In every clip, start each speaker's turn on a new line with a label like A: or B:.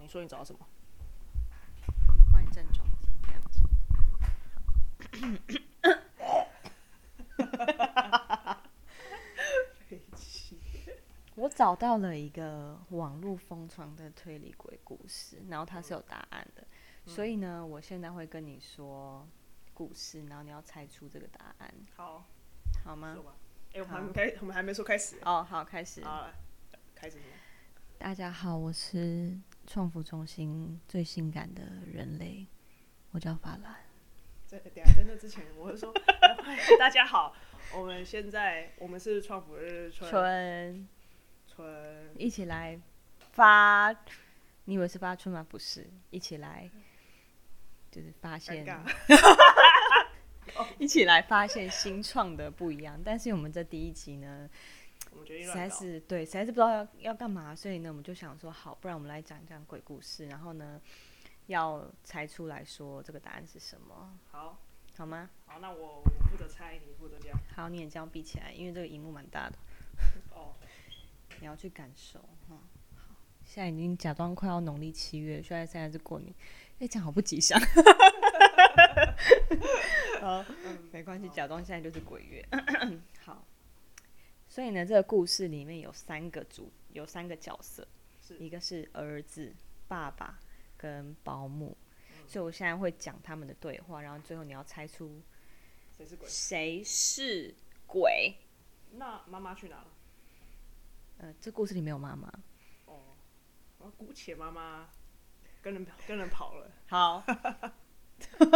A: 你说你找到什么？
B: 关于症状这样子。 我找到了一个网络疯传的推理鬼故事，然后它是有答案的，所以呢，我现在会跟你说故事，然后你要猜出这个答案，
A: 好，
B: 好吗
A: 说？吧。哎、我们还没开，我们还没说开始。
B: 哦，好，开始。
A: 好，来开始什么？
B: 大家好，我是创福中心最性感的人类，我叫法兰。
A: 在等下在那之前，我是说，哎大家好，我们现在我们是创普日春
B: 春，
A: 春
B: 一起来发，你以为是发春吗？不是，一起来，就是发
A: 尴
B: 现，
A: 尬，
B: 一起来发现新创的不一样。但是我们这第一集 呢，
A: 我们决定
B: 实
A: 乱
B: 在
A: 搞。
B: 是对，实在是不知道要要干嘛，所以呢，我们就想说，好，不然我们来讲一讲鬼故事，然后呢，要猜出来说这个答案是什么，
A: 好，
B: 好吗？
A: 好，那我我负责猜，你负责讲。
B: 好，你眼睛要闭起来，因为这个荧幕蛮大的。
A: 哦，
B: 你要去感受，嗯，好，现在已经假装快要农历七月，虽然现在是过年，哎、这样好不吉祥。 好，
A: 嗯
B: 没关系，假装现在就是鬼月。好，所以呢，这个故事里面有三个主，有三个角色，
A: 是
B: 一个是儿子、爸爸跟保姆，所以我现在会讲他们的对话，然后最后你要猜出
A: 谁是鬼？
B: 谁是鬼。
A: 那妈妈去哪了？
B: 呃，这故事里没有妈妈。
A: 哦，我姑且妈妈跟人跟人跑 了。
B: 好，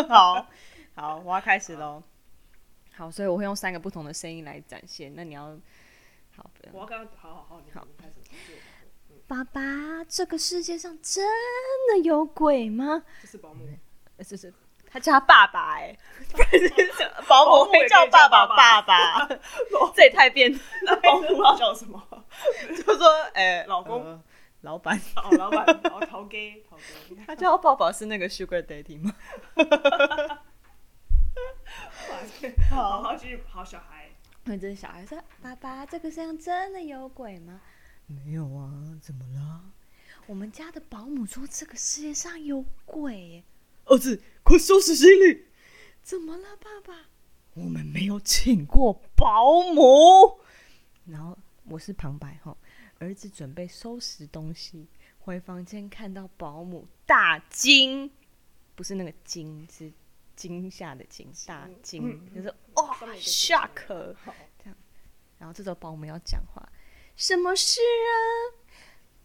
B: 好，好，我要开始喽。好，所以我会用三个不同的声音来展现。那你要好，不要
A: 我要跟他，好好好，你你开始。
B: 爸爸，这个世界上真的有鬼吗？
A: 这是保姆，
B: 呃就是他叫他爸爸、 欸，哎，保
A: 保
B: 姆
A: 姆也可
B: 会
A: 以
B: 叫
A: 叫
B: 爸
A: 爸
B: 爸
A: 爸
B: 爸爸，这也太 变态了。
A: 那保姆要叫什么？
B: 就说，哎、
A: 老公
B: 呃老板，
A: 哦，老板，哦，陶给，陶给，
B: 他叫宝宝是那个 Sugar Daddy 吗？
A: 好好继续好小孩，
B: 那这小孩说：“爸爸，这个世界上真的有鬼吗？”没有啊，怎么了？我们家的保姆说这个世界上有鬼耶。儿子，快收拾行李。怎么了，爸爸？我们没有请过保姆。然后我是旁白哈，儿子准备收拾东西，回房间看到保姆大惊，不是那个惊，是惊吓的惊，大惊，就是哇
A: 上面有一个惊
B: shock。
A: 好，
B: 然后这时候保姆要讲话，什么事啊？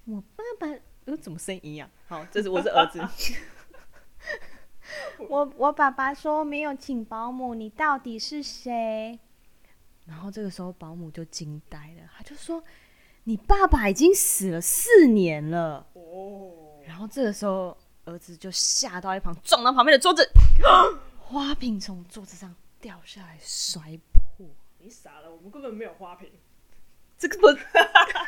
B: 我爸爸，我怎么声音一样？好，这是我是儿子。 我我爸爸说没有请保姆，你到底是谁？然后这个时候保姆就惊呆了，他就说：“你爸爸已经死了四年了。”
A: 哦，
B: 然后这个时候，儿子就吓到一旁，撞到旁边的桌子， 花瓶从桌子上掉下来，摔破。
A: 你傻了，我们根本没有花瓶，
B: 这个不，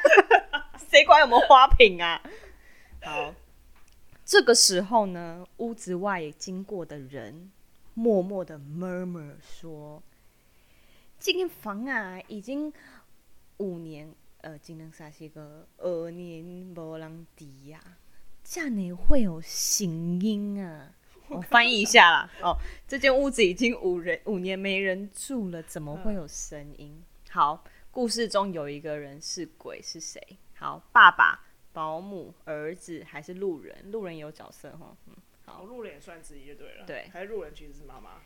B: 谁管有没有花瓶啊？好，这个时候呢，屋子外经过的人默默的 murmur 说：“这间房啊，已经五年，呃，今年啥是个二年无人抵呀、啊，这你会有声音啊？”我翻译一下啦，哦，这间屋子已经五人五年没人住了，怎么会有声音？好，故事中有一个人是鬼，是谁？好，爸爸、保姆、儿子还是路人？路人有角色哈，嗯
A: 好，路人也算之一就对了，
B: 对
A: 还是路人其实是妈妈，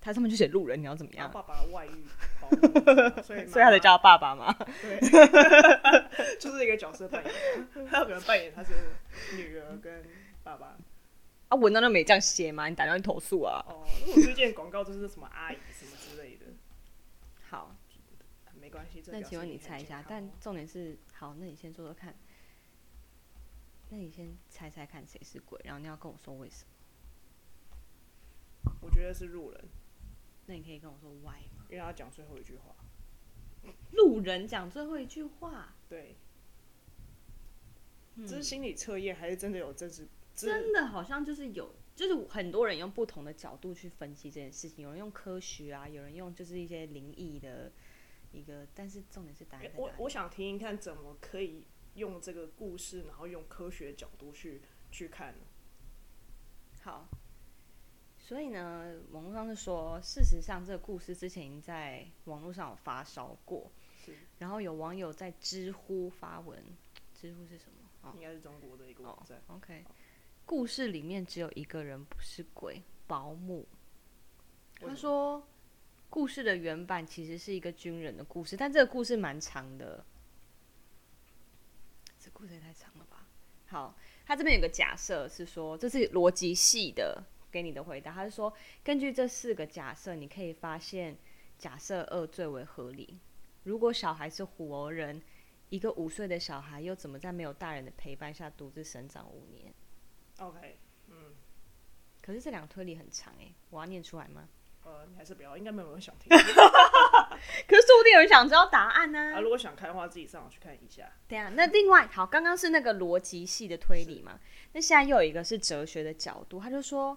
B: 他上面就写路人，你要怎么
A: 然
B: 样
A: 后？爸爸外遇，保姆所以
B: 嗯 所以他得
A: 得
B: 叫他爸爸吗？
A: 对，就是一个角色扮演，他可能扮演他是女儿跟爸爸，
B: 啊，文章都没这样写嘛，你打电话去投诉啊。
A: 哦，那我推荐广告就是什么阿姨什么之类的，
B: 好，
A: 没关系，这
B: 那
A: 表示
B: 请问
A: 你
B: 你
A: 很
B: 猜一
A: 健
B: 下，
A: 康
B: 但
A: 哦
B: 重点是，好，那你先做做看。那你先猜猜看谁是鬼，然后你要跟我说为什么。
A: 我觉得是路人，
B: 那你可以跟我说 why 吗？
A: 因为他讲最后一句话，
B: 路人讲最后一句话，
A: 对，这是心理测验还是真的有真实？这
B: 嗯真的好像就是有，就是很多人用不同的角度去分析这件事情，有人用科学啊，有人用就是一些灵异的一个，但是重点是答案在
A: 欸
B: 哪里
A: 我我想听听看，怎么可以用这个故事，然后用科学角度去去看。
B: 好，所以呢，网络上是说，事实上这个故事之前已经在网络上有发烧过，
A: 是，
B: 然后有网友在知乎发文，知乎是什么？哦
A: 应该是中国的一个网站。
B: ，OK，故事里面只有一个人不是鬼，保姆。
A: 为
B: 他
A: 什么
B: 说，故事的原版其实是一个军人的故事，但这个故事蛮长的，这故事也太长了吧？好，他这边有个假设是说，这是逻辑系的给你的回答，他是说，根据这四个假设，你可以发现假设二最为合理。如果小孩是活人，一个五岁的小孩又怎么在没有大人的陪伴下独自生长五年？
A: OK，嗯，
B: 可是这两个推理很长诶、我要念出来吗？
A: 呃，你还是不要，应该没有人想听
B: 可是说不定有人想知道答案呢、
A: 啊。如果想看的话，自己上网去看一下。
B: 对啊，那另外好，刚刚是那个逻辑系的推理嘛，那现在又有一个是哲学的角度，他就说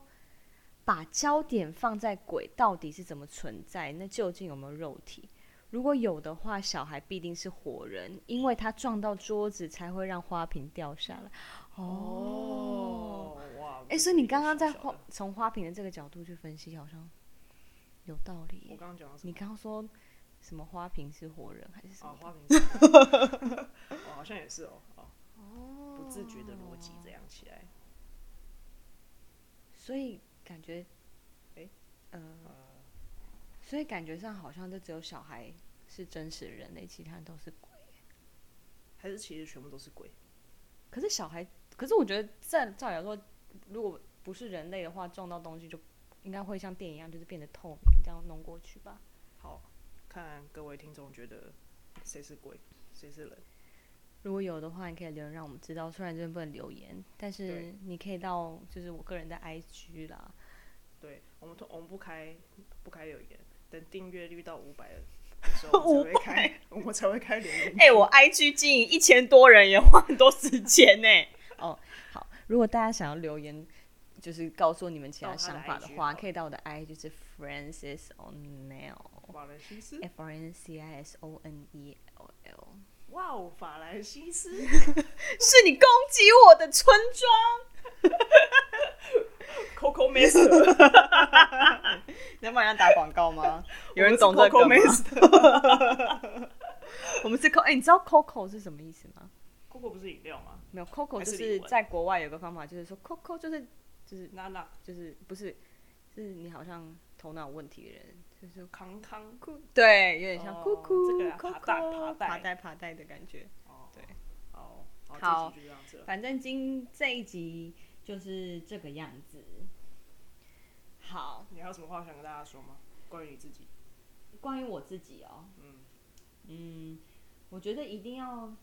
B: 把焦点放在鬼到底是怎么存在，那究竟有没有肉体？如果有的话，小孩必定是活人，因为他撞到桌子才会让花瓶掉下来。哦，，
A: 哇！
B: 哎、所以
A: 这是
B: 你
A: 一个
B: 刚刚在
A: 小小
B: 花
A: 的
B: 从花瓶的这个角度去分析，好像有道理
A: 我
B: 耶。
A: 刚刚讲到什么？
B: 你刚刚说什么花瓶是活人还是什么
A: 啊，
B: 的？
A: 花 瓶山，哦，好像也是哦，哦，不自觉的逻辑这样起来，
B: 所以感觉，
A: 诶
B: 呃，
A: 呃，
B: 所以感觉上好像就只有小孩是真实的人类，其他人都是鬼。
A: 还是其实全部都是鬼，
B: 可是小孩，可是我觉得照照理来说，如果不是人类的话，撞到东西就应该会像电影一样，就是变得透明，这样弄过去吧。
A: 好看各位听众觉得谁是鬼，谁是人？
B: 如果有的话，你可以留言让我们知道。虽然这边不能留言，但是
A: 对
B: 你可以到就是我个人的 IG 啦。
A: 对我们通我们不开不开留言，等订阅率到五百的时 候，我们才会开，我们才会开留言。
B: 哎、我 IG 经营一千多人也花很多时间呢、哦，好，如果大家想要留言，就是告诉你们其他
A: 到他的
B: 想法的哦
A: IG
B: 话，
A: 好
B: 可以到我的 IG 是 Francis O'Neill，F
A: 法兰西 斯，
B: R N C I S O N E L L，
A: 哇哦，法兰西 斯，
B: 是你攻击我的村庄，
A: Coco Master，
B: 能帮人家打广告 吗？ 有人
A: 我们是
B: 懂这个
A: Coco
B: 吗？
A: Master。
B: 我们是 Coco，哎、你知道 Coco 是什么意思吗？
A: Coco 不是饮料吗？
B: 没有，Coco
A: 还
B: 就是是
A: 礼物
B: 在国外有个方法，就是说 Coco 就是就是
A: 那那
B: 就是不是，是你好像头脑有问题的人，就是
A: 康康，
B: 对，有点像
A: 哦
B: 酷酷、
A: 这个哦啊
B: 酷
A: 爬带
B: 酷
A: 爬带
B: 爬带爬带的感觉。
A: 哦，
B: 对，
A: 好，
B: 好
A: 好，这集就这样子了。
B: 反正今这一集就是这个样子。好，
A: 你还有什么话想跟大家说吗？关于你自己？
B: 关于我自己哦，
A: 嗯，
B: 嗯，我觉得一定要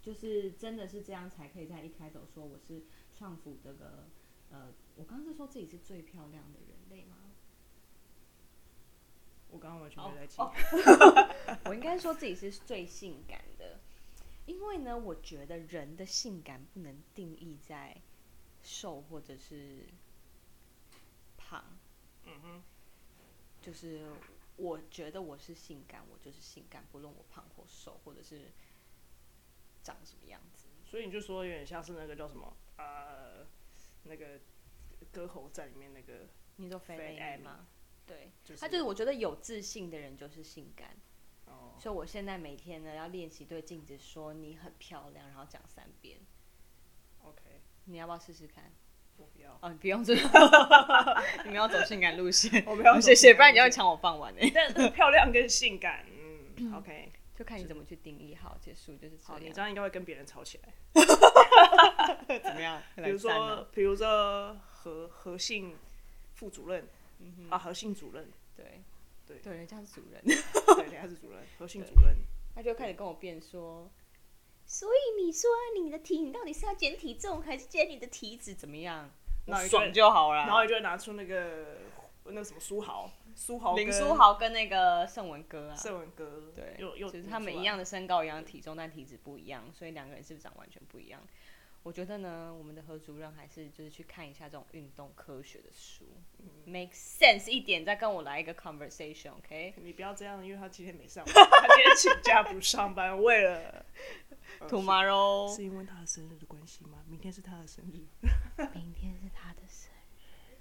B: 就是真的是这样，才可以在一开头说我是创府这个呃，我刚刚是说自己是最漂亮的人类吗？
A: 我刚刚完全
B: 哦
A: 没在听。
B: 哦我应该说自己是最性感的，因为呢，我觉得人的性感不能定义在瘦或者是胖，
A: 嗯哼，
B: 就是我觉得我是性感，我就是性感，不论我胖或瘦，或者是长什么样子。
A: 所以你就说有点像是那个叫什么呃，那个歌喉战里面那个，
B: 你说肥
A: Fat
B: 美爱
A: Amy
B: 吗？对，
A: 就是
B: 他就是我觉得有自信的人就是性感，
A: 哦，
B: 所以我现在每天呢要练习对镜子说你很漂亮，然后讲三遍。
A: OK，
B: 你要不要试试看？
A: 我不要，
B: 哦，你不 用这，你们要走性感路线。，
A: 我不要
B: 谢谢，不然你要抢我饭碗哎、
A: 但是漂亮跟性感， 嗯，OK，
B: 就看你怎么去定义。好，结束就是这
A: 好，你
B: 样。
A: 这样应该会跟别人吵起来。
B: 怎 么样？哦
A: 比如
B: 啊
A: 说，比如说何何姓副主任
B: 嗯
A: 啊，何姓主 任，
B: 对
A: 对
B: 对，人家是主人，
A: 对，他是主任，何姓主任，
B: 他就开始跟我辩说，所以你说你的体，你到底是要减体重还是减你的体脂？怎么样？
A: 那
B: 我
A: 你就
B: 爽就好啦。
A: 然后你就会拿出那个那个什么苏豪，苏豪
B: 林
A: 跟
B: 书豪跟那个盛文哥啊，
A: 盛文哥，
B: 对，
A: 又又
B: 就是他们一样的身高、一样的体重，但体脂不一样，所以两个人是不是长完全不一样？我觉得呢，我们的何主任还是就是去看一下这种运动科学的书、m a k e sense 一点，再跟我来一个 conversation，OK？、
A: 你不要这样，因为他今天没上班，他今天请假不上班，为了呃
B: Tomorrow，
A: 是因为他的生日的关系吗？明天是他的生日，
B: 明天是他的生日，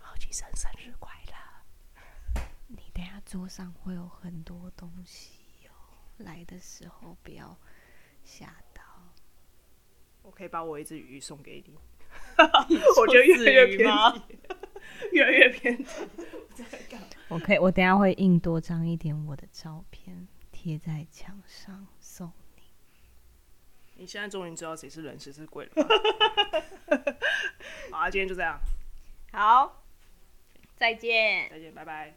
A: 好奇生生日快乐！
B: 你等下桌上会有很多东西哦，来的时候不要吓到。
A: 我可以把我一只鱼送给 你，
B: 我
A: 我觉得越来越
B: 鱼
A: 偏
B: 吗
A: 题，越来越偏题。我在干嘛？
B: 我可以，我等一下会印多张一点我的照片贴在墙上送你。
A: 你现在终于知道谁是人，谁是鬼了吧。 好啊，今天就这样，
B: 好，再见。
A: 再见，拜拜。